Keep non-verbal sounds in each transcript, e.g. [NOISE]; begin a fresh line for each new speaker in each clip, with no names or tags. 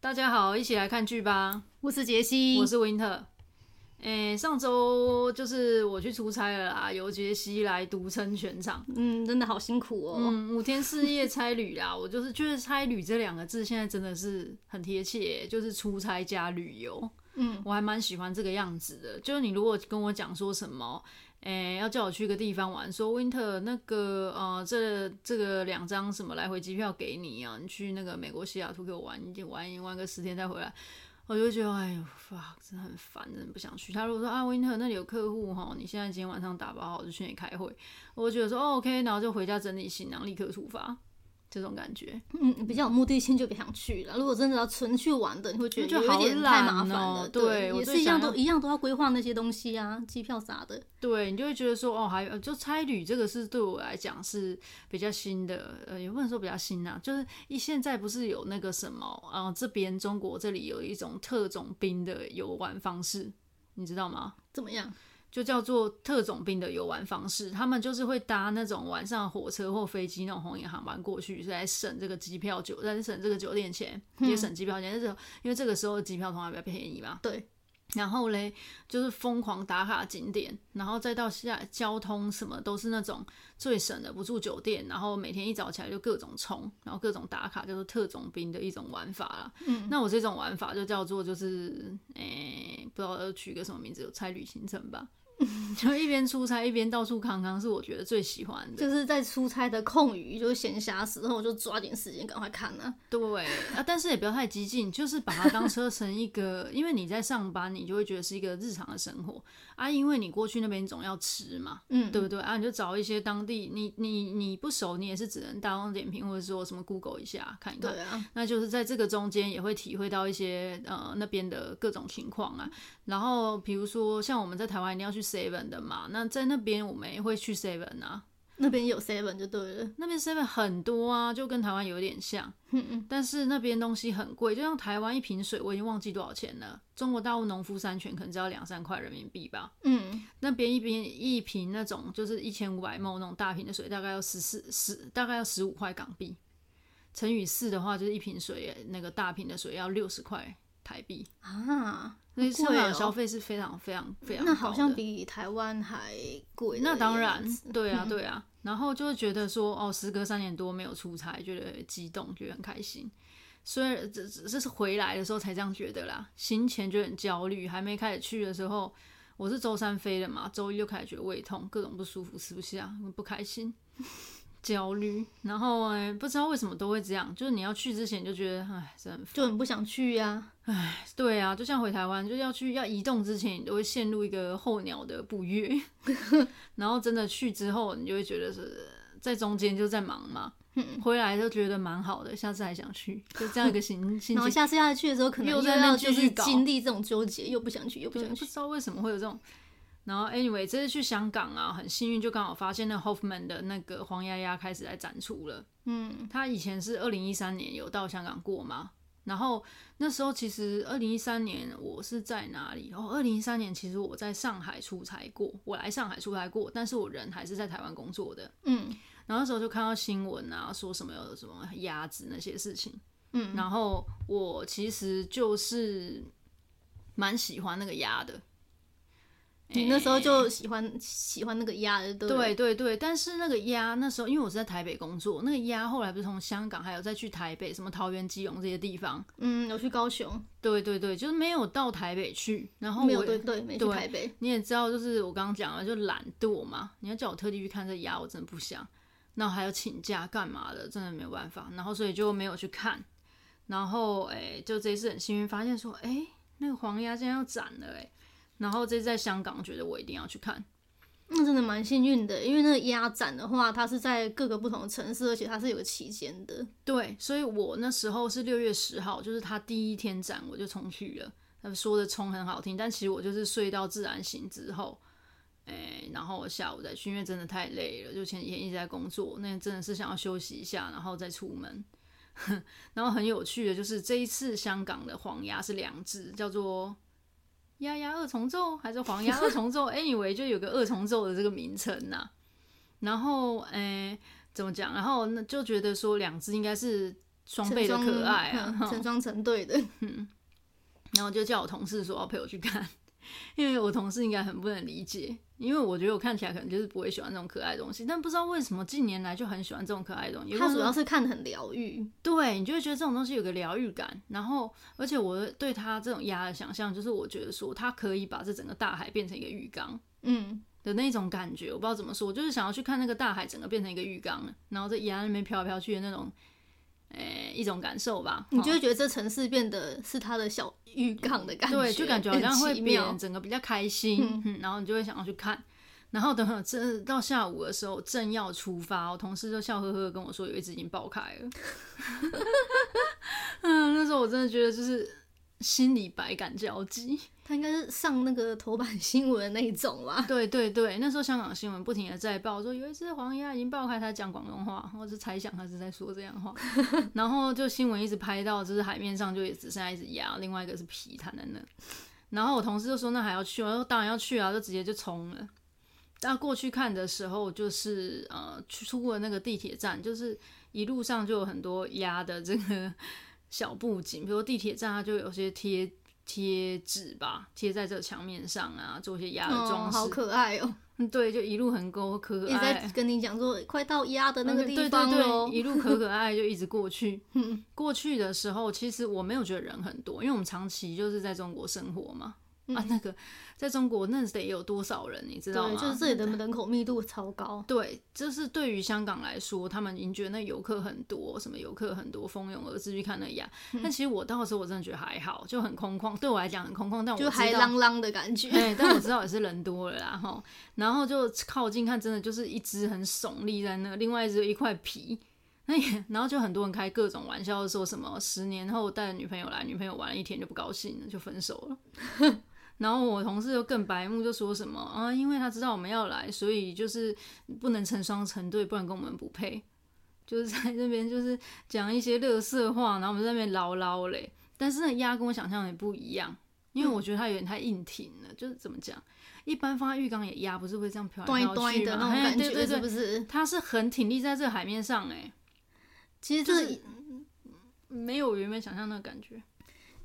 大家好，一起来看剧吧！
我是杰西，
我是 Winter。诶、上周就是我去出差了啦，由杰西来独撑全场。
嗯，真的好辛苦哦。
嗯，五天四夜差旅啦， [LAUGHS] 我就是觉得“差旅”这两个字现在真的是很贴切，就是出差加旅游。
嗯，
我还蛮喜欢这个样子的。就是你如果跟我讲说什么，诶、要叫我去一个地方玩，说 Winter 那个呃，这这个两张什么来回机票给你啊，你去那个美国西雅图给我玩一玩一玩个十天再回来。我就觉得，哎呦，fuck，真的很烦，真的不想去。他如果说啊，Winter 那里有客户哈，你现在今天晚上打包好，我就去那里开会。我觉得说、哦、OK，然后就回家整理行囊，立刻出发，这种感觉。
嗯，比较有目的性就别想去了。如果真的要纯去玩的，你会觉得
就
有一点
好懒
太麻烦了。
哦对
对，
我
也
最
是一样
想要
都一样都要规划那些东西啊，机票啥的。
对你就会觉得说，哦，还有就差旅这个是对我来讲是比较新的，呃，也不能说比较新啊，就是一现在不是有那个什么，啊、这边中国这里有一种特种兵的游玩方式，你知道吗？
怎么样？
就叫做特种兵的游玩方式，他们就是会搭那种晚上火车或飞机那种红眼航班过去，是来省这个机票酒，来省这个酒店钱，也省机票钱。就是因为这个时候机票通常比较便宜嘛，
对，
然后嘞，就是疯狂打卡景点，然后再到下交通什么都是那种最省的，不住酒店，然后每天一早起来就各种冲，然后各种打卡，就是特种兵的一种玩法啦。嗯，那我这种玩法就叫做就是，诶、不知道要取个什么名字，有差旅行程吧。 [LAUGHS] 就一边出差一边到处康康，是我觉得最喜欢的。
就是在出差的空余，就是闲暇时候，就抓紧时间赶快看啊。
对啊，但是也不要太激进，就是把它当车成一个，因为你在上班，你就会觉得是一个日常的生活啊，因为你过去那边总要吃嘛，
嗯，
对不对啊？你就找一些当地，你你你不熟，你也是只能大众点评或者说什么 Google 一下看一看
对。啊，
那就是在这个中间也会体会到一些呃那边的各种情况啊。然后比如说像我们在台湾一定要去 Seven 的嘛，那在那边我们也会去 Seven 啊。
那边有 seven 就对了。
那边 Seven 很多啊，就跟台湾有点像，
嗯嗯，
但是那边东西很贵，就像台湾一瓶水我已经忘记多少钱了，中国大陆农夫山泉可能只要两三块人民币吧。
嗯，
那边一瓶一瓶那种就是一千五百 ml 那种大瓶的水，大概要十四十，大概要十五块港币。乘以四的话，就是一瓶水那个大瓶的水要六十块台币，
啊，
嗯所以香
好贵
港
哦
的消费是非常非常非常
那好
高
像
的
比台湾还贵。
那当然， [LAUGHS] 对啊对啊。然后就会觉得说，哦，时隔三年多没有出差，觉得激动，觉得很开心。虽然这这这是回来的时候才这样觉得啦，行前就很焦虑，还没开始去的时候，我是周三飞的嘛，周一就开始觉得胃痛，各种不舒服，吃不下，不开心。焦虑，然后哎、不知道为什么都会这样，就是你要去之前就觉得，哎，真的很烦
就很不想去呀、
对啊，就像回台湾，就是要去要移动之前，你都会陷入一个候鸟的不悦，
[LAUGHS]
然后真的去之后，你就会觉得是在中间就在忙嘛，
嗯
回来就觉得蛮好的，下次还想去，就这样一个心
[LAUGHS]
心
然后
情。
下次要去的时候，可能
又在那
要
边
就
继
是
续搞
经历这种纠结，又不想去，又不
对，
想
不
去。
知道为什么会有这种。然后，anyway，这次去香港啊，很幸运就刚好发现那 Hoffman 的那个黄丫丫开始来展出了。
嗯，
他以前是二零一三年有到香港过吗？然后那时候其实二零一三年我是在哪里？哦，二零一三年其实我在上海出差过，我来上海出差过，但是我人还是在台湾工作的。
嗯
然后那时候就看到新闻啊，说什么有什么鸭子那些事情。
嗯，
然后我其实就是蛮喜欢那个鸭的。
你那时候就喜欢喜欢那个鸭的，对不
哎对对对，但是那个鸭那时候，因为我是在台北工作，那个鸭后来不是从香港，还有再去台北、什么桃园、基隆这些地方。
嗯，有去高雄，
对对对，就是没有到台北去，然后
没
哦
有
我
对对，没去
对
台北，
你也知道，就是我刚刚讲了，就懒惰嘛。你要叫我特地去看这牙，我真的不想。然后还要请假干嘛的，真的没有办法。然后所以就没有去看。然后诶、就这一次很幸运发现说，诶、那个黄鸭竟然要展了诶、然后这次在香港，觉得我一定要去看。
那真的蛮幸运的，因为那个鸭展的话，它是在各个不同的城市，而且它是有个期间的，
对，所以我那时候是六月十号，就是他第一天展，我就冲去了。他说的冲很好听，但其实我就是睡到自然醒之后，哎、然后我下午再去，因为真的太累了，就前几天一直在工作，那真的是想要休息一下，然后再出门。 [LAUGHS] 然后很有趣的就是这一次香港的黄鸭是两只，叫做鸭鸭二重奏还是黄鸭二重奏？Anyway，就有个二重奏的这个名称呐、然后，哎、怎么讲？然后那就觉得说两只应该是双倍的可爱啊
嗯，
哈
成双成对的，
然后就叫我同事说要陪我去看， [LAUGHS] 因为我同事应该很不能理解，因为我觉得我看起来可能就是不会喜欢这种可爱的东西，但不知道为什么近年来就很喜欢这种可爱的东西。
他主要
是
是看得很疗愈，
对你就会觉得这种东西有个疗愈感，然后而且我对他这种鸭的想象，就是我觉得说他可以把这整个大海变成一个浴缸。
嗯，
的那种感觉，我不知道怎么说，我就是想要去看那个大海整个变成一个浴缸，然后在沿岸那边飘来飘去的那种，诶、一种感受吧。
你
哦
就会觉得这城市变得是他的小浴缸的感觉，
对，就感觉好像
很
会
奇
变
妙，
整个比较开心，嗯然后你就会想要去看。然后等我真到下午的时候，正要出发，我同事就笑呵呵地跟我说，有一只已经爆开
[LAUGHS]
了。嗯，那时候我真的觉得就是心里百感交集。
他应该是上那个头版新闻的那一种吧，
对对对，那时候香港新闻不停的在报说有一只黄鸭已经爆开，它讲广东话，我就猜想它是在说这样的
[LAUGHS]
话。然后就新闻一直拍到，就是海面上就也只剩下一只鸭，另外一个是皮摊在那。然后我同事就说那还要去吗，我说当然要去啊，就直接就冲了。那过去看的时候，就是呃去出过那个地铁站，就是一路上就有很多鸭的这个小布景，比如地铁站它就有些贴。贴纸吧，贴在这墙面上啊，做一些鸭的
哦
装，饰、
好可爱哦，
嗯，对，就一路很勾可可
一直在
爱，
跟你讲说快到鸭的那个
嗯
地方
对
喽
对，对，一路可可爱就一直过去。
[LAUGHS]
过去的时候，其实我没有觉得人很多，因为我们长期就是在中国生活嘛。啊，那个在中国那得有多少人，你知道
嗯对，
吗？
就是这里的人口密度超高，
对，就是对于香港来说，他们已经觉得那游客很多，什么游客很多，蜂拥而至去看那样。
嗯
但其实我到的时候，我真的觉得还好，就很空旷，对我来讲很空旷，但我
就
知
海
道
浪浪的感觉，
[LAUGHS] 哎、但我知道也是人多了啦，吼，然后就靠近看，真的就是一只很耸立在那，另外一只有一块皮。那也，然后就很多人开各种玩笑，说什么十年后带着女朋友来，女朋友玩了一天就不高兴了，就分手了。 [LAUGHS] 然后我同事就更白目，就说什么啊，因为他知道我们要来，所以就是不能成双成对，不然跟我们不配。就是在那边就是讲一些乐色话，然后我们在那边唠唠嘞。但是呢，鸭跟我想象也不一样，因为我觉得它有点太硬挺了，就是怎么讲，一般放在浴缸也鸭不是会这样飘来
[LAUGHS] 端一
飘
端
去
的
嘛
那种
嘿
感
对对
觉，是
对
不是？
它是很挺立在这个海面上、欸，
其实
就
这
是没有原本想象那个感觉。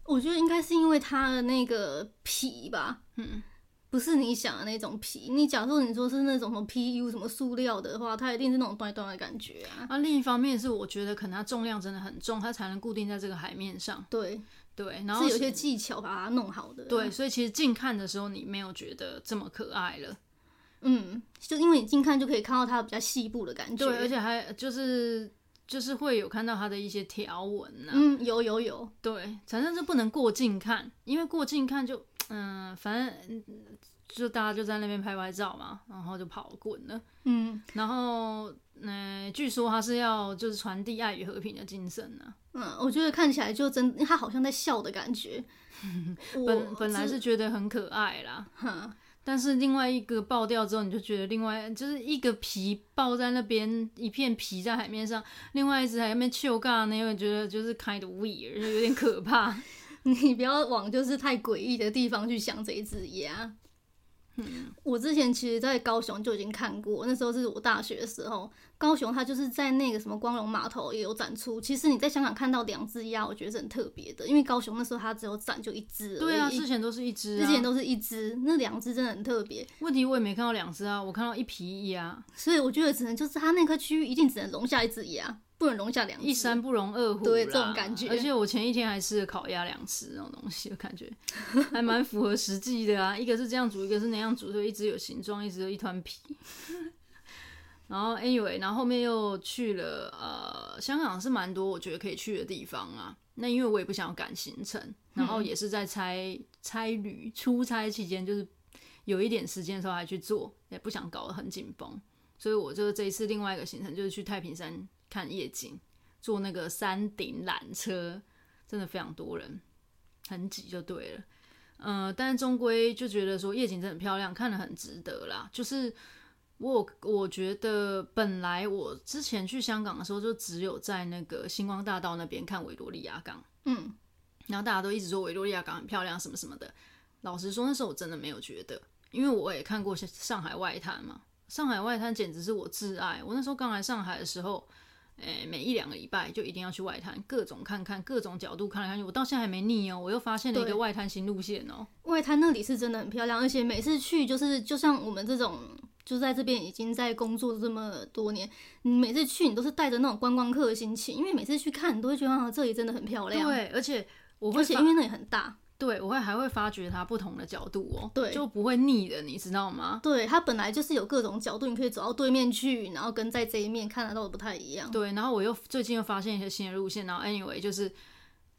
我觉得应该是因为它的那个皮吧，嗯，不是你想的那种皮。你假如你说是那种什么 PU 什么塑料的话，它一定是那种端一端的感觉啊。
啊，另一方面是我觉得可能它重量真的很重，它才能固定在这个海面上。
对，
对，然后
是有些技巧把它弄好的。啊
对，，所以其实近看的时候你没有觉得这么可爱了。
嗯，就因为你近看就可以看到它比较细部的感觉。
对，而且还就是就是会有看到它的一些条纹呐、
嗯，有有有，
对，反正就不能过近看，因为过近看就嗯、反正嗯就大家就在那边拍拍照嘛，然后就跑滚了。
嗯
然后，嗯、据说它是要就是传递爱与和平的精神啊呢、
嗯，我觉得看起来就真，它好像在笑的感觉。
[LAUGHS] 本
我
本来是觉得很可爱啦，
[LAUGHS] 哼，
但是另外一个爆掉之后，你就觉得另外就是一个皮爆在那边，一片皮在海面上，另外一只还在那边秀尬呢，又觉得就是 kind of weird，就有点可怕。
[LAUGHS] 你不要往就是太诡异的地方去想这一只
[LAUGHS]
鸭。嗯，我之前其实，在高雄就已经看过，那时候是我大学的时候，高雄它就是在那个什么光荣码头也有展出。其实你在香港看到两只鸭，我觉得是很特别的，因为高雄那时候它只有展就一只而已，
对啊，
一
之前都是一只、
之
啊，
前都是一只，那两只真的很特别，
问题我也没看到两只啊，我看到一皮一啊鸭，
所以我觉得只能就是它那块区域一定只能容下一只鸭，不能容下两只。啊
一山不容二虎啦，
对这种感觉
而且我前一天还吃了烤鸭两吃那种东西，我感
[LAUGHS]
觉还蛮符合实际的啊。一个是这样煮，一个是那样煮，所以一直有形状，一直有一团皮。 [LAUGHS] 然后 anyway，然后后面又去了呃，香港是蛮多我觉得可以去的地方啊。那因为我也不想要赶行程，然
嗯
后也是在差差旅出差期间，就是有一点时间的时候还去做，也不想搞得很紧绷，所以我就这一次另外一个行程就是去太平山看夜景，坐那个山顶缆车，真的非常多人，很挤就对了。呃，但是终归就觉得说夜景真的很漂亮，看得很值得啦。就是我有我觉得本来我之前去香港的时候，就只有在那个星光大道那边看维多利亚港，
嗯，
然后大家都一直说维多利亚港很漂亮什么什么的。老实说，那时候我真的没有觉得，因为我也看过上海外滩嘛，上海外滩简直是我挚爱。我那时候刚来上海的时候，诶、每一两个礼拜就一定要去外滩，各种看看，各种角度看来看去。我到现在还没腻哦，我又发现了一
对
个外滩新路线哦。
外滩那里是真的很漂亮，而且每次去就是就像我们这种就在这边已经在工作这么多年，你每次去你都是带着那种观光客的心情，因为每次去看你都会觉得啊这里真的很漂亮，，
对，而且我会
而且
发
因为那里很大，
对我会还会发掘它不同的角度哦，
对
就不会腻的，你知道吗？
对，它本来就是有各种角度，你可以走到对面去，然后跟在这一面看得到的不太一样。
对，然后我又最近又发现一些新的路线，然后 anyway 就是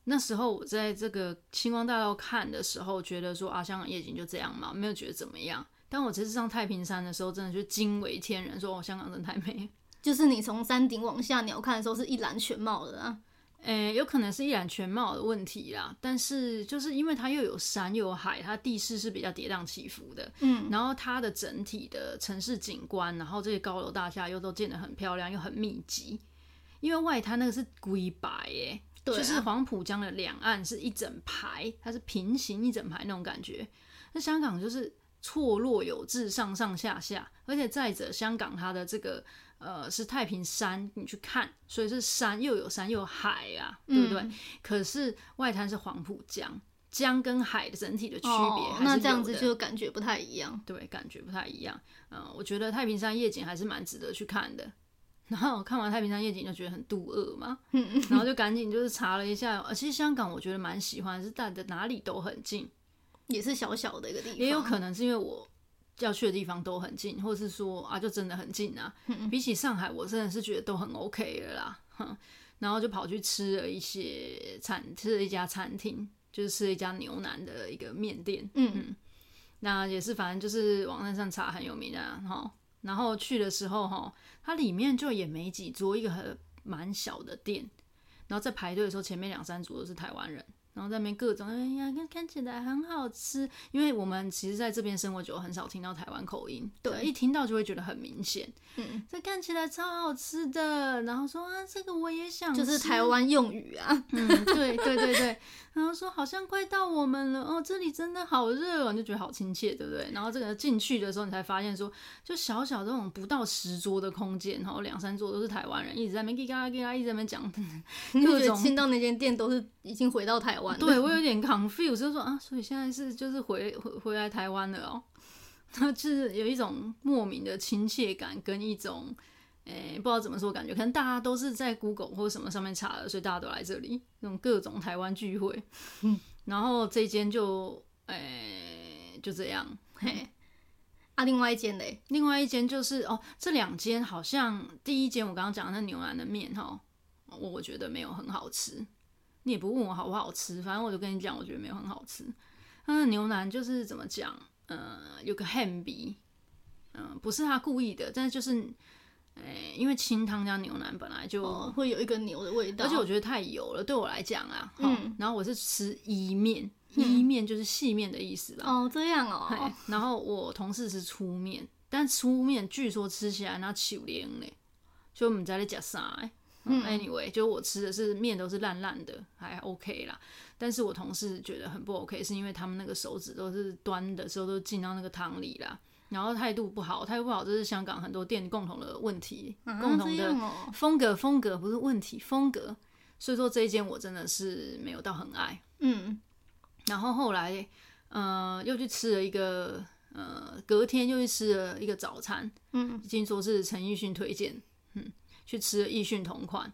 那时候我在这个星光大道看的时候，觉得说啊香港夜景就这样嘛，没有觉得怎么样。但我这次上太平山的时候，真的就惊为天人，说哦香港真的太美了。
就是你从山顶往下鸟看的时候是一览全貌的啊，
诶、有可能是一览全貌的问题啦，但是就是因为它又有山又有海，它地势是比较跌宕起伏的，
嗯，
然后它的整体的城市景观，然后这些高楼大厦又都建得很漂亮又很密集，因为外滩那个是龟白耶，
对啊
就是黄浦江的两岸是一整排，它是平行一整排那种感觉，那香港就是错落有致，上上下下，而且再者，香港它的这个呃是太平山，你去看，所以是山又有山又有海啊，对不对？
嗯
可是外滩是黄浦江，江跟海的整体的区别
哦
还是有的、
那这样子就感觉不太一样。
对感觉不太一样。嗯、我觉得太平山夜景还是蛮值得去看的。然后看完太平山夜景就觉得很肚饿
[LAUGHS]
嘛，
嗯
然后就赶紧就是查了一下，呃，其实香港我觉得蛮喜欢，是大的哪里都很近，
也是小小的一个地方，
也有可能是因为我要去的地方都很近，或是说啊，就真的很近啊。
嗯
比起上海，我真的是觉得都很 OK 了啦。哼，然后就跑去吃了一些餐，吃了一家餐厅，就是吃了一家牛腩的一个面店。
嗯，
那也是，反正就是网站上查很有名的啊哈。然后去的时候哈，它里面就也没几桌，一个很蛮小的店。然后在排队的时候，前面两三组都是台湾人，然后在那边各种哎呀，看看起来很好吃。因为我们其实在这边生活久，很少听到台湾口音，
对
一听到就会觉得很明显。
嗯，
这看起来超好吃的，然后说啊，这个我也想吃，
嗯就是台湾用语啊，
嗯，对对对对，然后说好像快到我们了哦，这里真的好热哦，你就觉得好亲切，对不对？然后这个进去的时候，你才发现说，就小小这种不到十桌的空间，然后两三桌都是台湾人，一直在那边叽嘎叽嘎，一直在那边讲。
你就觉
各
得
种
进到那间店都是已经回到台湾了。
对我有点 confused，就说啊，所以现在是就是回回回来台湾了哦， [LAUGHS] 他就是有一种莫名的亲切感跟一种。诶、不知道怎么说，感觉可能大家都是在 Google 或什么上面查的，所以大家都来这里，那种各种台湾聚会。然后这间就诶、就这样。
嘿，啊，另外一间嘞，
另外一间就是哦，这两间好像第一间我刚刚讲的那牛腩的面哈，我我觉得没有很好吃。你也不问我好不好吃，反正我就跟你讲，我觉得没有很好吃。它的牛腩就是怎么讲，呃，有个 ham 鼻，嗯、不是他故意的，但是就是，哎、因为清汤加牛腩本来就
哦，会有一个牛的味道，
而且我觉得太油了，对我来讲啊。齁
嗯
然后我是吃伊面，伊面就是细面的意思啦。
哦这样
嘿
哦，
然后我同事是粗面，但粗面据说吃起来那手黏嘞，所以我们在那讲啥欸？嗯，anyway，就我吃的是面都是烂烂的，还 OK 啦。但是我同事觉得很不 OK，是因为他们那个手指都是端的时候都进到那个汤里啦，然后态度不好，态度不好这是香港很多店共同的问题，
啊
共
这
同的
样哦，
风格风格不是问题，风格。所以说这一间我真的是没有到很爱。
嗯，
然后后来，呃，又去吃了一个，呃，隔天又去吃了一个早餐，
嗯，
听说是陈奕迅推荐，嗯，去吃了奕迅同款，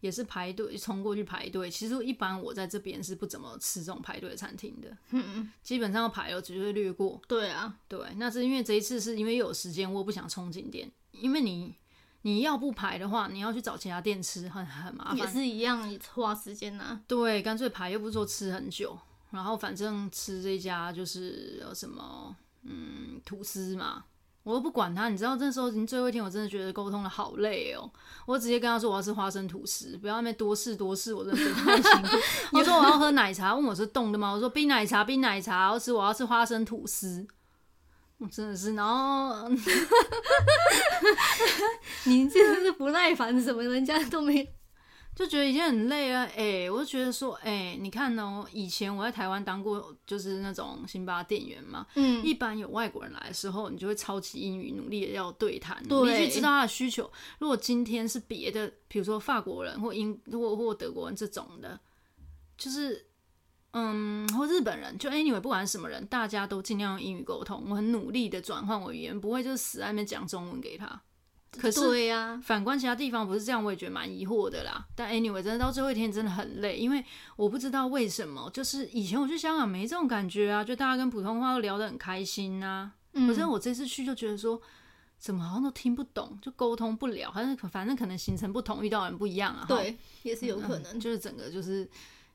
也是排队冲过去排队。其实一般我在这边是不怎么吃这种排队的餐厅的，嗯，基本上要排了只会略过。
对啊，
对，那是因为这一次是因为又有时间，我不想冲景点，因为你你要不排的话，你要去找其他店吃，很很麻烦，
也是一样花时间呐，
[LAUGHS] 对，干脆排又不是说吃很久，然后反正吃这家就是有什么，嗯，吐司嘛，我又不管他。你知道那时候已经最后一天，我真的觉得沟通的好累哦。我直接跟他说我要吃花生吐司，不要在那边多事多事，我真的觉得太辛苦。我说我要喝奶茶，问我是冻的吗？我说冰奶茶，冰奶茶，我吃我要吃花生吐司。我真的是，然后
你这是不耐烦什么，人家都没
就觉得已经很累了。哎、我就觉得说，哎、你看哦，以前我在台湾当过就是那种辛巴店员嘛，
嗯，
一般有外国人来的时候，你就会操起英语，努力的要对谈，
对
努力去知道他的需求。如果今天是别的，比如说法国人或英或或德国人这种的，就是嗯，或日本人，就 anyway，不管是什么人，大家都尽量用英语沟通。我很努力的转换我语言，不会就是死在那边讲中文给他。可是
对呀、
反观其他地方不是这样，我也觉得蛮疑惑的啦。但 anyway，真的到最后一天真的很累，因为我不知道为什么，就是以前我去香港没这种感觉啊，就大家跟普通话都聊得很开心呐、
嗯，
可是我这次去就觉得说，怎么好像都听不懂，就沟通不了，还是反正可能行程不同，遇到的人不一样啊。哈，
对，也是有可能。
就是整个就是，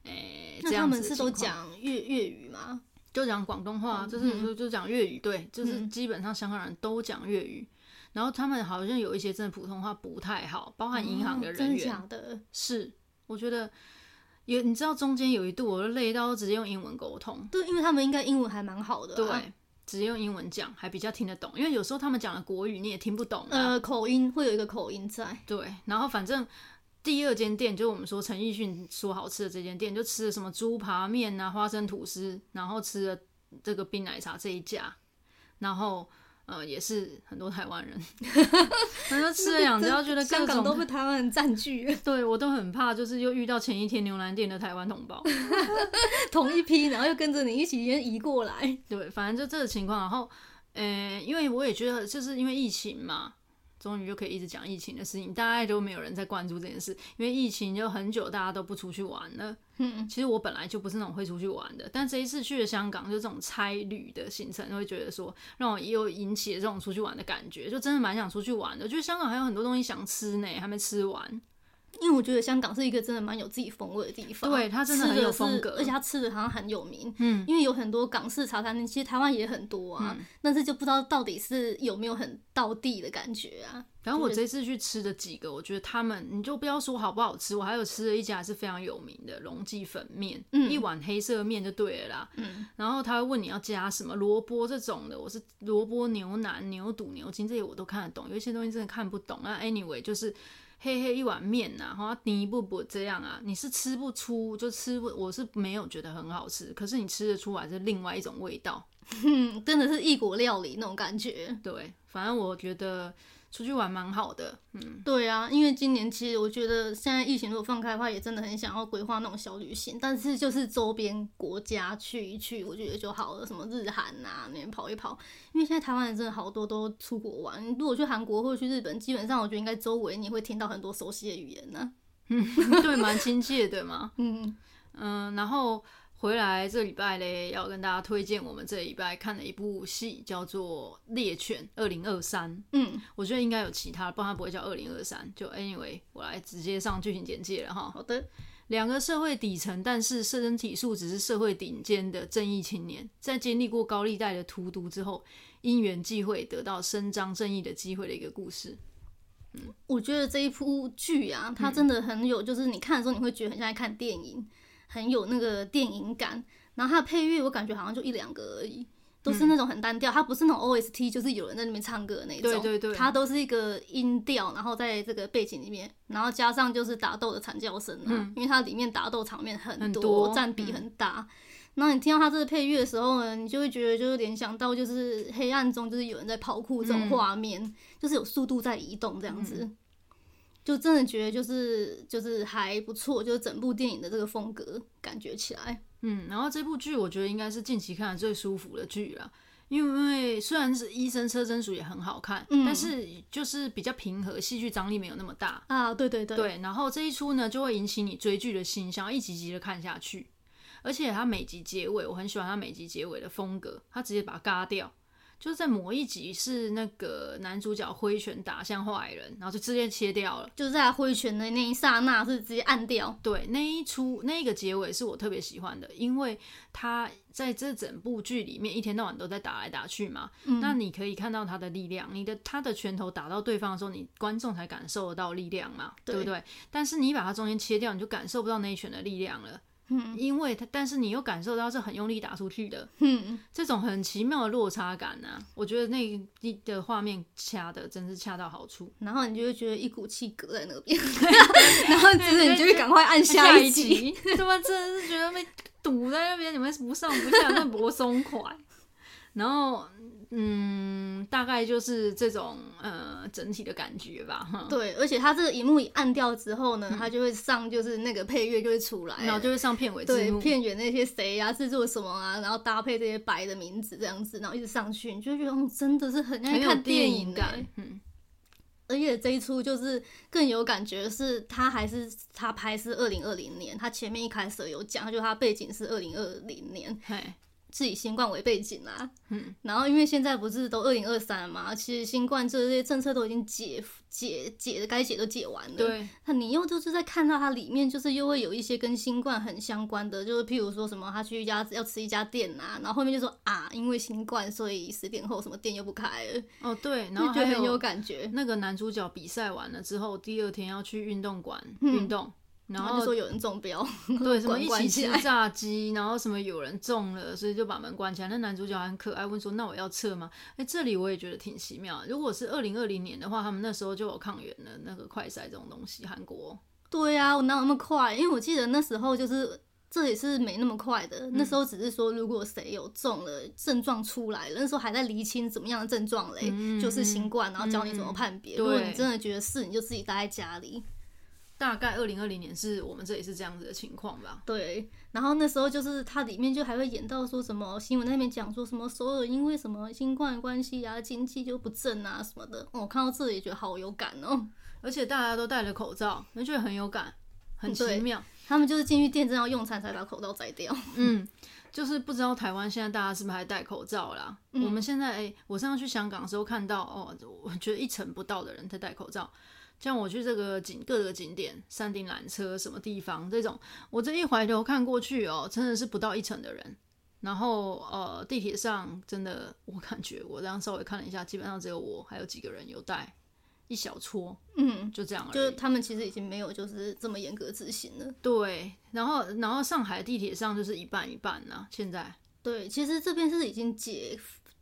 诶、
那
这
他
样子
们
的
是都
情况
讲嗯粤粤语吗？
就讲广东话，啊就是就就讲粤语，对，就是
嗯
基本上香港人都讲粤语。然后他们好像有一些真的普通话不太好，包含银行的
哦
人
真的
员、
假的？
是，我觉得有你知道中间有一度我都累到直接用英文沟通，
对，因为他们应该英文还蛮好的、
对，
啊，，
直接用英文讲还比较听得懂，因为有时候他们讲的国语你也听不懂啊。
呃，口音会有一个口音在，
对，然后反正第二间店就是我们说陈奕迅说好吃的这间店，就吃了什么猪扒面啊、花生吐司，然后吃了这个冰奶茶这一家，然后呃也是很多台湾人， [LAUGHS] 反正吃了
[LAUGHS]
两家啊觉得各
香港都
种
被台湾人占据，
对我都很怕，就是又遇到前一天牛腩店的台湾同胞。
同一批，然后又跟着你一起移过来。
对，反正就这个情况。然后，呃，因为我也觉得，就是因为疫情嘛，终于就可以一直讲疫情的事情，大概都没有人在关注这件事，因为疫情就很久大家都不出去玩了。
嗯，
其实我本来就不是那种会出去玩的，但这一次去了香港，就这种差旅的行程，会觉得说让我又引起了这种出去玩的感觉，就真的蛮想出去玩的。就是香港还有很多东西想吃呢，还没吃完。
因为我觉得香港是一个真的蛮有自己风味的地方，
对它真的很
吃
有
是
风格
而且它吃的好像很有名。
嗯，
因为有很多港式茶餐厅，其实台湾也很多啊，但是就不知道到底是有没有很道地的感觉啊。
反正我这次去吃的几个，我觉得他们你就不要说好不好吃，我还有吃了一家是非常有名的龙记粉面，
嗯
一碗黑色面就对了啦。
嗯，
然后他会问你要加什么萝卜这种的，我是萝卜牛腩、牛肚、牛筋这些我都看得懂，有一些东西真的看不懂。那 anyway 就是黑黑一碗面呐、啊，然后泥不不这样啊，你是吃不出，就吃不，我是没有觉得很好吃，可是你吃得出来是另外一种味道。
嗯，真的是异国料理那种感觉。
对，反正我觉得出去玩蛮好的， [LAUGHS] 嗯，
对啊，因为今年其实我觉得现在疫情如果放开的话，也真的很想要规划那种小旅行，但是就是周边国家去一去，我觉得就好了，什么日韩啊那边跑一跑，因为现在台湾人真的好多都出国玩，如果去韩国或者去日本，基本上我觉得应该周围你会听到很多熟悉的语言呢、
对，蛮亲切的嘛。
嗯，
嗯，然后回来这礼拜嘞，要跟大家推荐我们这礼拜看的一部戏，叫做《猎犬二零二三》。
嗯，
我觉得应该有其他，不然它不会叫二零二三。就 anyway，我来直接上剧情简介了哈。
好的，
两个社会底层，但是身体素质是社会顶尖的正义青年，在经历过高利贷的荼毒之后，因缘际会得到伸张正义的机会的一个故事。
我觉得这一部剧啊，
嗯
它真的很有，就是你看的时候你会觉得很像在看电影，很有那个电影感。然后它的配乐我感觉好像就一两个而已，都
嗯
是那种很单调，它不是那种 OST，就是有人在那边唱歌的那
对
种。
对对
它都是一个音调，然后在这个背景里面，然后加上就是打斗的惨叫声啊，
嗯
因为它里面打斗场面很嗯
很多
占比很大。那你听到它这个配乐的时候呢，你就会觉得就是联想到就是黑暗中就是有人在跑酷这种画面，就是有速度在移动这样子，就真的觉得就是就是还不错，就是整部电影的这个风格感觉起来，
嗯，然后这部剧我觉得应该是近期看的最舒服的剧了，因为虽然是《医生车真鼠》也很好看，
嗯
但是就是比较平和，戏剧张力没有那么大。
啊，对对对，
对，然后这一出呢就会引起你追剧的心，想要一集集的看下去。而且它每集结尾，我很喜欢它每集结尾的风格，它直接把它嘎掉。就是在某一集是那个男主角挥拳打向坏人，然后就直接切掉了。
就是在他挥拳的那一刹那是直接按掉，
对，那一出那一个结尾是我特别喜欢的，因为他在这整部剧里面一天到晚都在打来打去嘛，
嗯
那你可以看到他的力量，你的他的拳头打到对方的时候，你观众才感受得到力量嘛，对不
对
对？但是你把它中间切掉，你就感受不到那一拳的力量了。嗯，因为它，但是你又感受到是很用力打出去的，
嗯，
[LAUGHS] 这种很奇妙的落差感啊，我觉得那一的画面掐的真是恰到好处。
然后你就会觉得一股气隔在那边， [LAUGHS] 然后接着你就会赶快
[LAUGHS]
按下
一
集，
集，他妈真的是觉得被堵在那边，你们不上不下，那不松快。然后，嗯，大概就是这种呃整体的感觉吧，哈。
对，而且它这个荧幕一按掉之后呢，它就会上就是那个配乐就会出来了，
嗯然后就会上片尾字
对
幕，
片源那些谁呀、制作什么啊，然后搭配这些白的名字这样子，然后一直上去，你就觉得嗯，真的是很爱
很有
看电
影
的、
感。嗯，
而且这一出就是更有感觉的是，他还是他拍是二零二零年，他前面一开始有讲，就他背景是二零二零年，
嘿，
是以新冠为背景啦。
嗯，
然后因为现在不是都二零二三嘛，其实新冠这些政策都已经解解解的该解都解完了，
对，
那你又就是在看到它里面，就是又会有一些跟新冠很相关的，就是譬如说什么他去一家要吃一家店啊，然后后面就说啊，因为新冠，所以十点后什么店又不开了，
哦对，然后
就觉得
还
很有
有
感觉。
那个男主角比赛完了之后，第二天要去运动馆
嗯
运动，然
然后就
后
说有人中标， [LAUGHS]
对，什么
管
一
关
起
起
吃
来
炸鸡，然后什么有人中了，所以就把门关起来。那男主角还很可爱，问说：“那我要撤吗？”哎、这里我也觉得挺奇妙。如果是二零二零年的话，他们那时候就有抗原的那个快筛这种东西，韩国
对啊，我哪有那么快？因为我记得那时候就是。这也是没那么快的，
嗯
那时候只是说，如果谁有中了症状出来了，那时候还在厘清怎么样的症状嘞，就是新冠，然后教你怎么判别。
嗯
如果
对
你真的觉得是，你就自己待在家里。
大概二零二零年是我们这里是这样子的情况吧。
对，然后那时候就是它里面就还会演到说什么新闻那边讲说什么首尔因为什么新冠关系啊，经济就不振啊什么的。哦我看到这里也觉得好有感哦。
而且大家都戴了口罩，那觉得很有感，很奇
对
妙。
他们就是进去店正要用餐才把口罩摘掉。
嗯，就是不知道台湾现在大家是不是还戴口罩啦？
嗯
我们现在，哎、我上次去香港的时候看到，哦，我觉得一成不到的人在戴口罩。像我去这个景各个景点，山顶缆车什么地方这种，我这一回头看过去哦，真的是不到一成的人。然后呃，地铁上真的，我感觉我这样稍微看了一下，基本上只有我还有几个人有戴，一小撮，
嗯，
就这样而已。
就是他们其实已经没有就是这么严格执行了。
对，然后然后上海地铁上就是一半一半啦、现在
对，其实这边是已经解，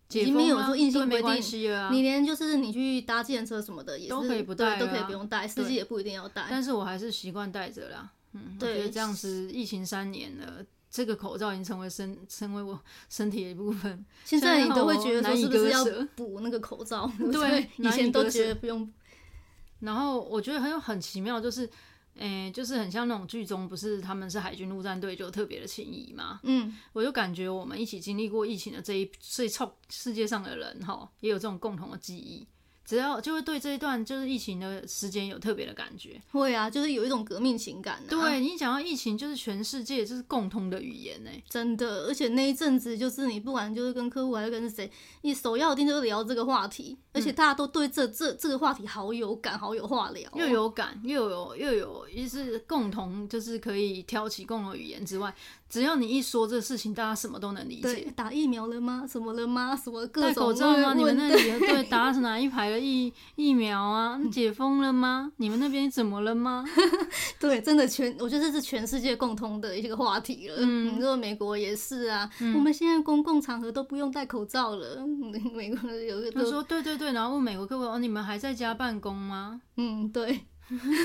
解
已经
封
没有
啦
说硬
对
性
没
规
关
定
系了啊。
你连就是你去搭计程车什么的也是
都可以不
对
戴
都可以
了啊
不用戴，司
对
机也不一定要戴。
但是我还是习惯戴着啦。嗯，我觉
对
得这样子，疫情三年了，这个口罩已经成为身成为我 [LAUGHS] 身体的一部分。
现在你都会觉得说是不是
难
要
以割舍
补那个口罩？
[LAUGHS] 对
所以以
难以
前都
割舍
觉得不用
然后我觉得很有很奇妙，就是，诶、就是很像那种剧中不是他们是海军陆战队就有特别的情谊嘛。
嗯，
我就感觉我们一起经历过疫情的这一这一臭世界上的人哈，也有这种共同的记忆。只要就会对这一段就是疫情的时间有特别的感觉，
会啊，就是有一种革命情感、啊。
对你讲到疫情，就是全世界就是共通的语言欸呢、
真的，而且那一阵子就是你不管就是跟客户还是跟谁，你首要一定就是聊这个话题，而
嗯
且大家都对这这这个话题好有感，好有话聊哦、
又有感，又有又有，就是共同，就是可以挑起共同语言之外，只要你一说这事情，大家什么都能理
对
解。
打疫苗了吗？什么了吗？什么各
戴
种
口罩吗？
问
你们
问
那里的
[LAUGHS]
对打是哪一排的疫疫苗啊？解封了 [LAUGHS] 吗？你们那边怎么了 [LAUGHS] 吗？
对，真的全，我觉得这是全世界共通的一个话题了。嗯，你说美国也是啊，
嗯
我们现在公共场合都不用戴口罩了。嗯美国有一个
他
都
说对对对，然后问美国客户哦，你们还在家办公吗？
嗯，对，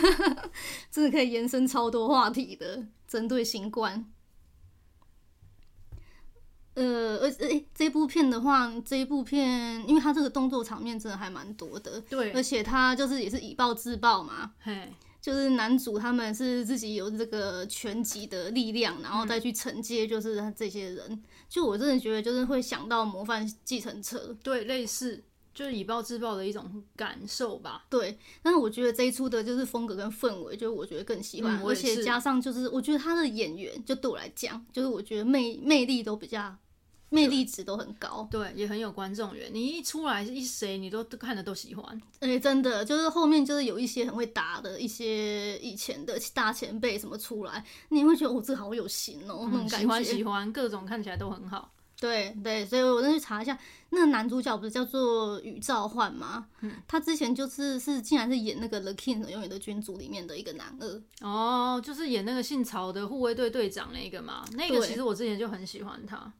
[LAUGHS] 真的可以延伸超多话题的，针对新冠。呃，而且、诶这部片的话，这一部片，因为它这个动作场面真的还蛮多的，而
对，
且它就是也是以暴制暴嘛，
嘿，
就是男主他们是自己有这个拳击的力量，然后再去惩戒就是这些人。就我真的觉得，就是会想到模范计程车，
对，类似就是以暴制暴的一种感受吧。
对，但是我觉得这一出的就是风格跟氛围，就是我觉得更喜欢，
嗯我
而
也
且
是
加上就是我觉得他的演员，就对我来讲，就是我觉得魅魅力都比较，魅力值都很高。
对，也很有观众缘。你一出来一谁，你都都看的都喜欢。
而且哎真的就是后面就是有一些很会打的一些以前的大前辈什么出来，你会觉得我、哦、这好有型哦、那种
嗯
感觉。
喜欢喜欢，各种看起来都很好。
对对，所以我再去查一下，那个男主角不是叫做宇兆焕吗？嗯，他之前就是是竟然是演那个《The King 永远的君主》里面的一个男二，
哦，就是演那个姓曹的护卫队队长那个嘛，那个
对
其实我之前就很喜欢他。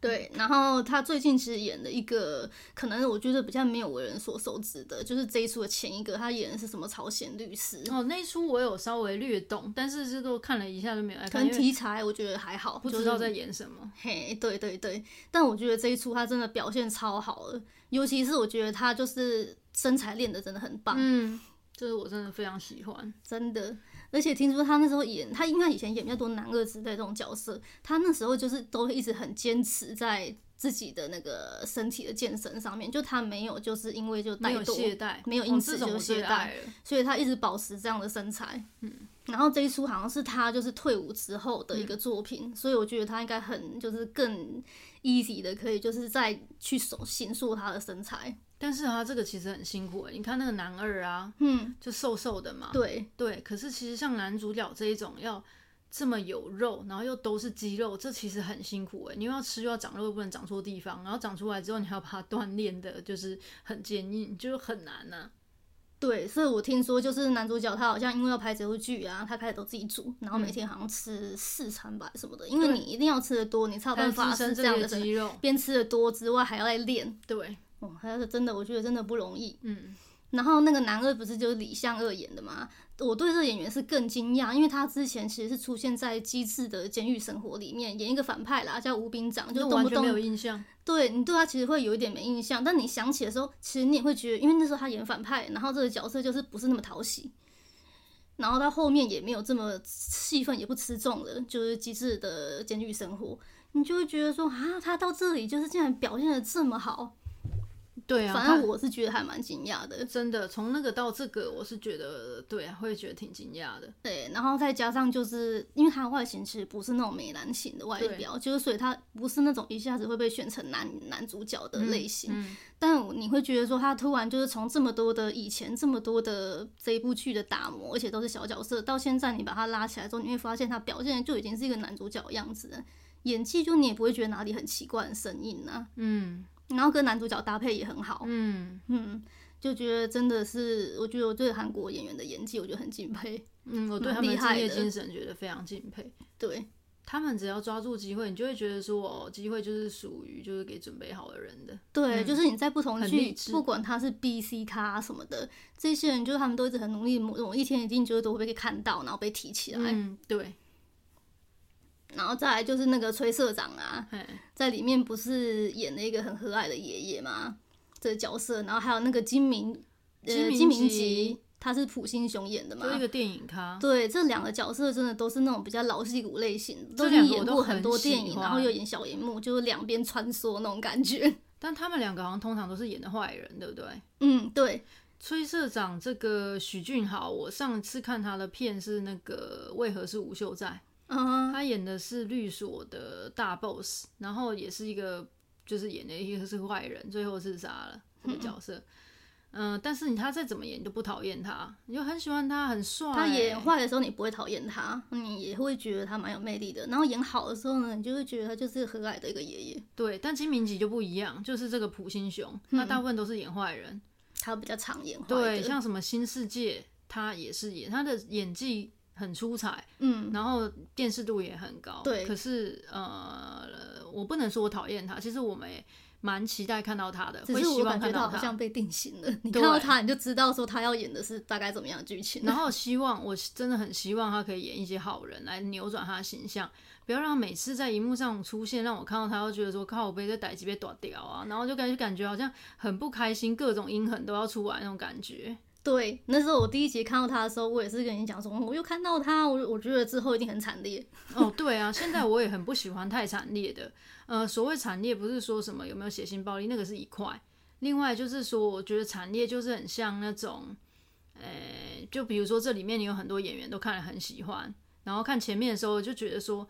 对，然后他最近其实演的一个，可能我觉得比较没有为人所熟知的，就是这一出的前一个，他演的是什么朝鲜律师，
哦，那一出我有稍微略懂，但是这都看了一下就没有爱哎
可
看，
能
因为
题材我觉得还好，
不
就
知道
是
在演什么。
嘿，对对对，但我觉得这一出他真的表现超好了，尤其是我觉得他就是身材练得真的很棒，
嗯，就是我真的非常喜欢。
真的。而且听说他那时候演，他因为他以前演比较多男二之类这种角色，他那时候就是都一直很坚持在自己的那个身体的健身上面，就他没有就是因为就
没
怠
有
惰
懈怠，
没有
哦
因此
这种
就
我最
懈
爱了。
所以他一直保持这样的身材。嗯，然后这一出好像是他就是退伍之后的一个
嗯
作品，所以我觉得他应该很就是更 easy 的可以就是再去手形塑他的身材。
但是他这个其实很辛苦欸，你看那个男二啊，
嗯，
就瘦瘦的嘛，
对
对。可是其实像男主角这一种要这么有肉，然后又都是肌肉，这其实很辛苦哎。你又要吃又要长肉，又不能长错地方，然后长出来之后你还要把它锻炼的，就是很坚硬，就很难啊呐、
对，所以我听说就是男主角他好像因为要拍这部剧啊，他开始都自己煮，然后每天好像吃四餐吧什么的，因为
嗯对
你一定要吃的多，你才有
但
办
自
法
身
是
这
这样
些
的身材。
肌肉，
边吃的多之外，还要来练，
对，
哦，他是真的，我觉得真的不容易。
嗯，
然后那个男二不是就是李相二演的吗？我对这个演员是更惊讶，因为他之前其实是出现在《机智的监狱生活》里面演一个反派啦，叫吴兵长，
那
就
我
动
完
不
全没有
动
印象。
对你对他其实会有一点没印象，但你想起的时候，其实你也会觉得，因为那时候他演反派，然后这个角色就是不是那么讨喜，然后到后面也没有这么戏份，也不吃重了，就是《机智的监狱生活》，你就会觉得说啊，他到这里就是竟然表现的这么好，
对啊，
反
他
正我是觉得还蛮惊讶的。
真的从那个到这个，我是觉得对啊，会觉得挺惊讶的。
对，然后再加上就是因为他外形其实不是那种美男型的外
对
表，就是所以他不是那种一下子会被选成男男主角的类型。
嗯
但我你会觉得说他突然就是从这么多的以前这么多的这一部剧的打磨，而且都是小角色，到现在你把他拉起来之后，你会发现他表现的就已经是一个男主角的样子了，演技就你也不会觉得哪里很奇怪、很生硬啊。
嗯
然后跟男主角搭配也很好，
嗯
嗯，就觉得真的是，我觉得我对韩国演员的演技，我觉得很敬佩。
嗯，我对他
蛮
们的
厉
敬
害
业
的
精神觉得非常敬佩。
对，
他们只要抓住机会，你就会觉得说，哦，机会就是属于就是给准备好的人的。
对，
嗯
就是你在不同
很励
剧，
志
不管他是 B、C 咖啊什么的，这些人就是他们都一直很努力，某某一天一定就是都会被看到，然后被提起来。
嗯，对，
然后再来就是那个崔社长啊，
嘿，
在里面不是演了一个很和蔼的爷爷吗？这个角色，然后还有那个金明，
金
呃，
明
金明
吉
吉，他是普星雄演的嘛
就。一个电影咖，
对，这两个角色真的都是那种比较老戏骨类型，
这
都
两
是
个我
演
都
过
很
很多
喜
电影，然后
欢
又演小荧幕，就是两边穿梭那种感觉。 [LAUGHS]
但他们两个好像通常都是演的坏人，对不对？
嗯，对，
崔社长这个许俊豪，我上次看他的片是那个为何是吴秀在，
嗯，
他演的是律所的大 boss，然后也是一个就是演的一个是坏人，最后自杀了这个角色。嗯、但是你他再怎么演，你都不讨厌他，你就很喜欢他，很帅欸、
他演坏的时候，你不会讨厌他，你也会觉得他蛮有魅力的。然后演好的时候呢，你就会觉得他就是和蔼的一个爷爷，
对，但金明吉就不一样，就是这个普星雄，他
嗯
大部分都是演坏人。
他比较常演坏
对，
的。
像什么新世界，他也是演，他的演技很出彩，
嗯，
然后辨识度也很高。
对
可是呃，我不能说我讨厌他，其实我们也蛮期待看到他的，
只
会
是
希
我
望
感
看
觉
到
好像被定型了。
[LAUGHS]
你
对
看到他，你就知道说他要演的是大概怎么样的剧情。
然后希望我真的很希望他可以演一些好人来扭转他的形象，不要让他每次在荧幕上出现，让我看到他都觉得说靠我被这逮鸡被打掉啊，然后就感觉感觉好像很不开心，各种阴狠都要出来那种感觉。
对，那时候我第一集看到他的时候，我也是跟你讲说，嗯我又看到他，我我觉得之后一定很惨烈。
[LAUGHS] 哦，对啊，现在我也很不喜欢太惨烈的。呃，所谓惨烈，不是说什么有没有血腥暴力，那个是一块。另外就是说，我觉得惨烈就是很像那种，呃，就比如说这里面你有很多演员都看了很喜欢，然后看前面的时候就觉得说，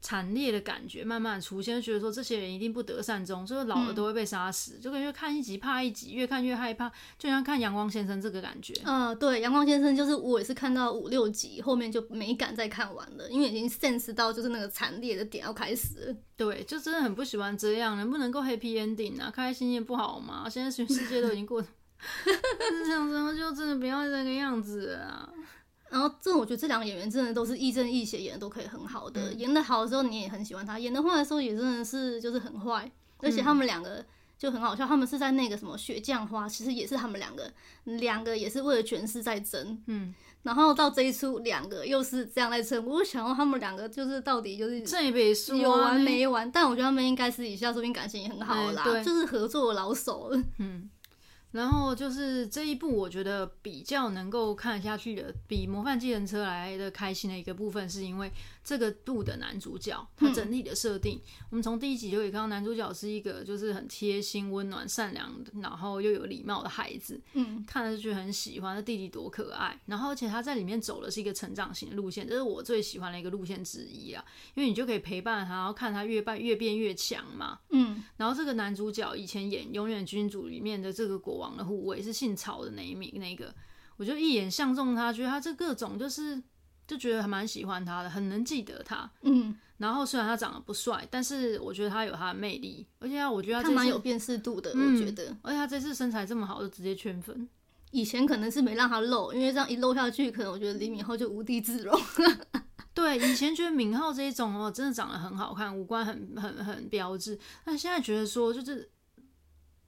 惨烈的感觉慢慢出现，就觉得说这些人一定不得善终，就是老了都会被杀死，就感觉看一集怕一集，越看越害怕，就像看《阳光先生》这个感觉。
嗯、对，《阳光先生》就是我也是看到五六集，后面就没敢再看完了，因为已经 sense 到就是那个惨烈的点要开始了。
对，就真的很不喜欢这样，能不能够 happy ending 啊？开开心心不好吗？现在全世界都已经过得， [LAUGHS] 是这样子吗？就真的不要这个样子了啊！
然后这种我觉得这两个演员真的都是亦正亦邪，演的都可以很好
嗯
的，演的好的时候你也很喜欢他，演的坏的时候也真的是就是很坏，而且
嗯
他们两个就很好笑，他们是在那个什么雪降花，其实也是他们两个两个也是为了权势在争，
嗯，
然后到这一出两个又是这样在争，我想要他们两个就是到底就是
这也别说啊
有完没完，但我觉得他们应该私底下说明感情也很好啦，
哎对
就是合作的老手 [LAUGHS] 了，
然后就是这一部，我觉得比较能够看得下去的，比《模范计程车》来的开心的一个部分，是因为这个部的男主角他
嗯
整体的设定，我们从第一集就可以看到，男主角是一个就是很贴心、温暖、善良，然后又有礼貌的孩子，
嗯
看了就觉得很喜欢。那弟弟多可爱，然后而且他在里面走的是一个成长型的路线，这是我最喜欢的一个路线之一啊，因为你就可以陪伴他，然后看他越办越变越强嘛。
嗯
然后这个男主角以前演《永远君主》里面的这个国王的护卫是姓曹的那一名，那个我就一眼相中他，觉得他这各种就是就觉得还蛮喜欢他的，很能记得他。
嗯，
然后虽然他长得不帅，但是我觉得他有他的魅力，而且他我觉得他
他
这次
蛮有，辨识度的，
啊嗯
我觉得。
而且他这次身材这么好，就直接圈粉。
以前可能是没让他露，因为这样一露下去，可能我觉得李敏镐就无地
[LAUGHS]
自容。
对，以前觉得敏浩这一种哦，真的长得很好看，五官很很很标致，但现在觉得说就是，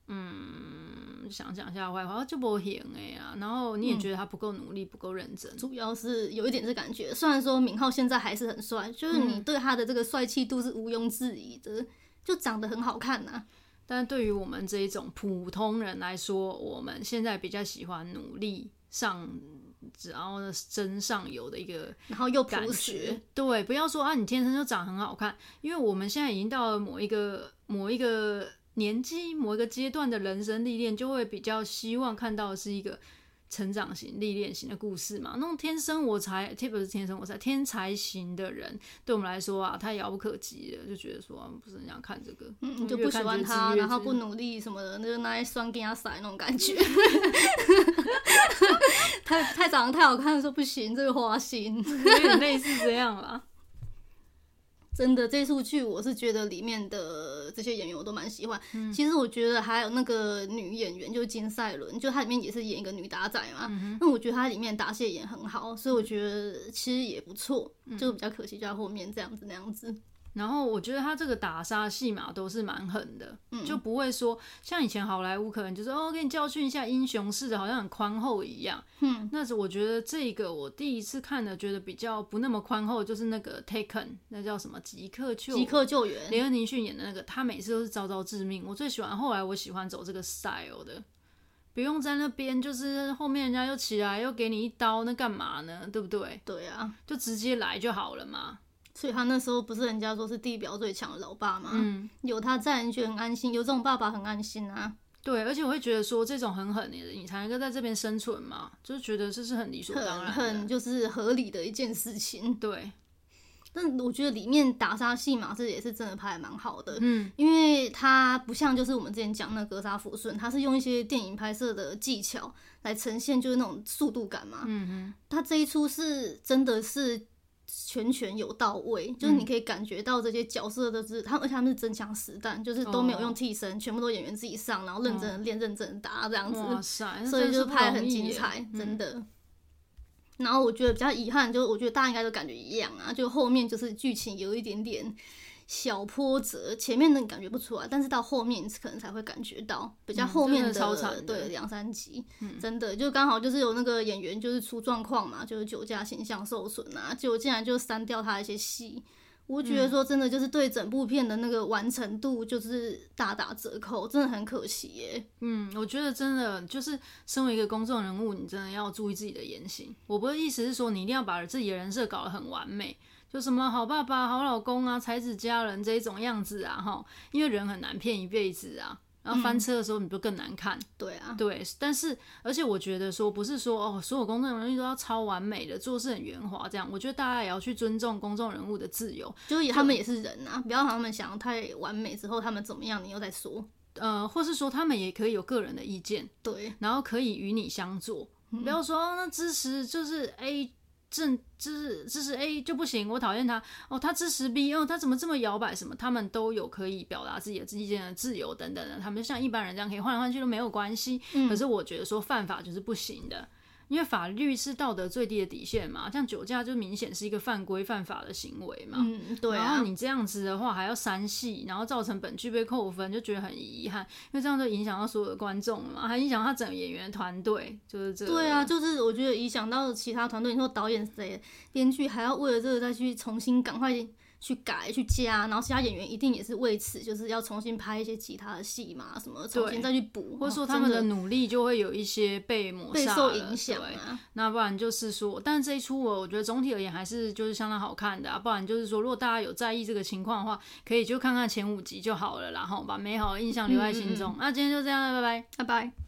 嗯，想想一下坏话就不行哎呀，然后你也觉得他不够努力，不够认真，
主要是有一点这感觉，虽然说敏镐现在还是很帅，就是你对他的这个帅气度是毋庸置疑的，就长得很好看啊呐、
但是对于我们这一种普通人来说，我们现在比较喜欢努力上，然后呢争上游的一个
然后又
感
朴
觉
实。。
对，不要说啊，你天生就长很好看，因为我们现在已经到了某一个某一个年纪、某一个阶段的人生历练，就会比较希望看到的是一个成长型、历练型的故事嘛。那种天生我才，特别是天生我才天才型的人，对我们来说啊，太遥不可及了，就觉得说、啊、不是很想看这个，
嗯，你就不喜欢他，然
[LAUGHS]
后不努力什么的，那就拿来酸给他塞那种感觉。太太长得太好看的时候不行，这个花心。
有点类似这样啦。
真的，这出剧我是觉得里面的这些演员我都蛮喜欢。
嗯
其实我觉得还有那个女演员，就是金赛纶，就她里面也是演一个女打仔嘛。
嗯
那我觉得她里面打戏演很好，所以我觉得其实也不错，
嗯
就比较可惜就在后面这样子那样子。
然后我觉得他这个打杀戏码都是蛮狠的，就不会说像以前好莱坞可能就是哦给你教训一下英雄式的，好像很宽厚一样。嗯，那是我觉得这个我第一次看的，觉得比较不那么宽厚，就是那个 Taken，那叫什么即刻救
即刻救援，
雷恩尼逊演的那个，他每次都是招招致命。我最喜欢后来我喜欢走这个 style 的，不用在那边就是后面人家又起来又给你一刀，那干嘛呢？对不对？
对啊，
就直接来就好了嘛。
所以他那时候不是人家说是地表最强的老爸吗？
嗯
有他在，你觉得很安心，有这种爸爸很安心啊。
对，而且我会觉得说这种很狠的人，你才能够在这边生存嘛，就是觉得这是很理所当
很
然
很
的。
就是合理的一件事情，
对，
但我觉得里面打杀戏码这也是真的拍的蛮好的，
嗯，
因为它不像就是我们之前讲那个《格杀福顺》，它是用一些电影拍摄的技巧来呈现就是那种速度感嘛。嗯哼，它这一出是真的是拳拳有到位，就是
嗯
你可以感觉到这些角色都是他们，而且他们是真枪实弹，就是都没有
哦
用替身，全部都演员自己上，然后认真的练、认真的打这样子。
哇塞，那
所
真
以
的
就是拍
不
的
容
很
易
精
耶
彩，真
嗯
的。然后我觉得比较遗憾，就是我觉得大家应该都感觉一样啊，就后面就是剧情有一点点小波折，前面能感觉不出来，但是到后面可能才会感觉到，比较
嗯
后
真
面
的超惨的嗯
对两三集，真的就刚好就是有那个演员就是出状况嘛，就是酒驾形象受损啊，结果竟然就删掉他一些戏。我觉
嗯
得说真的，就是对整部片的那个完成度就是大打折扣，真的很可惜耶、
嗯，我觉得真的就是身为一个公众人物，你真的要注意自己的言行。我不是意思是说你一定要把自己的人设搞得很完美，就什么好爸爸、好老公啊、才子佳人这一种样子啊，哈，因为人很难骗一辈子啊。然后
嗯
翻车的时候你就更难看。
对啊，
对，但是而且我觉得说，不是说哦，所有公众人物都要超完美的，做事很圆滑这样。我觉得大家也要去尊重公众人物的自由，
就是也他们也是人啊，不要让他们想得太完美之后他们怎么样，你又在说。
呃，或是说他们也可以有个人的意见，
对，
然后可以与你相左，不要说、哦那支持就是 A 正支持支持 A 就不行，我讨厌他哦，他支持 B 哦，他怎么这么摇摆什么？他们都有可以表达自己的意见的自由等等的，他们就像一般人这样可以换来换去都没有关系。可是
嗯
我觉得说犯法就是不行的。因为法律是道德最低的底线嘛，像酒驾就明显是一个犯规犯法的行为嘛。
嗯，对
然后
啊，
你这样子的话还要删戏，然后造成本剧被扣分，就觉得很遗憾，因为这样就影响到所有的观众了嘛，还影响他整个演员团队，就是这个。
对啊，，就是我觉得影响到其他团队，你说导演谁编剧还要为了这个再去重新赶快去改去加，然后其他演员一定也是为此就是要重新拍一些其他的戏嘛，什么重
对
新再去补，
或者
哦
说他们
真
的
的
努力就会有一些被抹
备
杀
受
了
影响
对
啊。
那不然就是说，但这一出我我觉得总体而言还是就是相当好看的啊。不然就是说，如果大家有在意这个情况的话，可以就看看前五集就好了啦，然后把美好的印象留在心中。那今天就这样了，拜拜。
拜拜。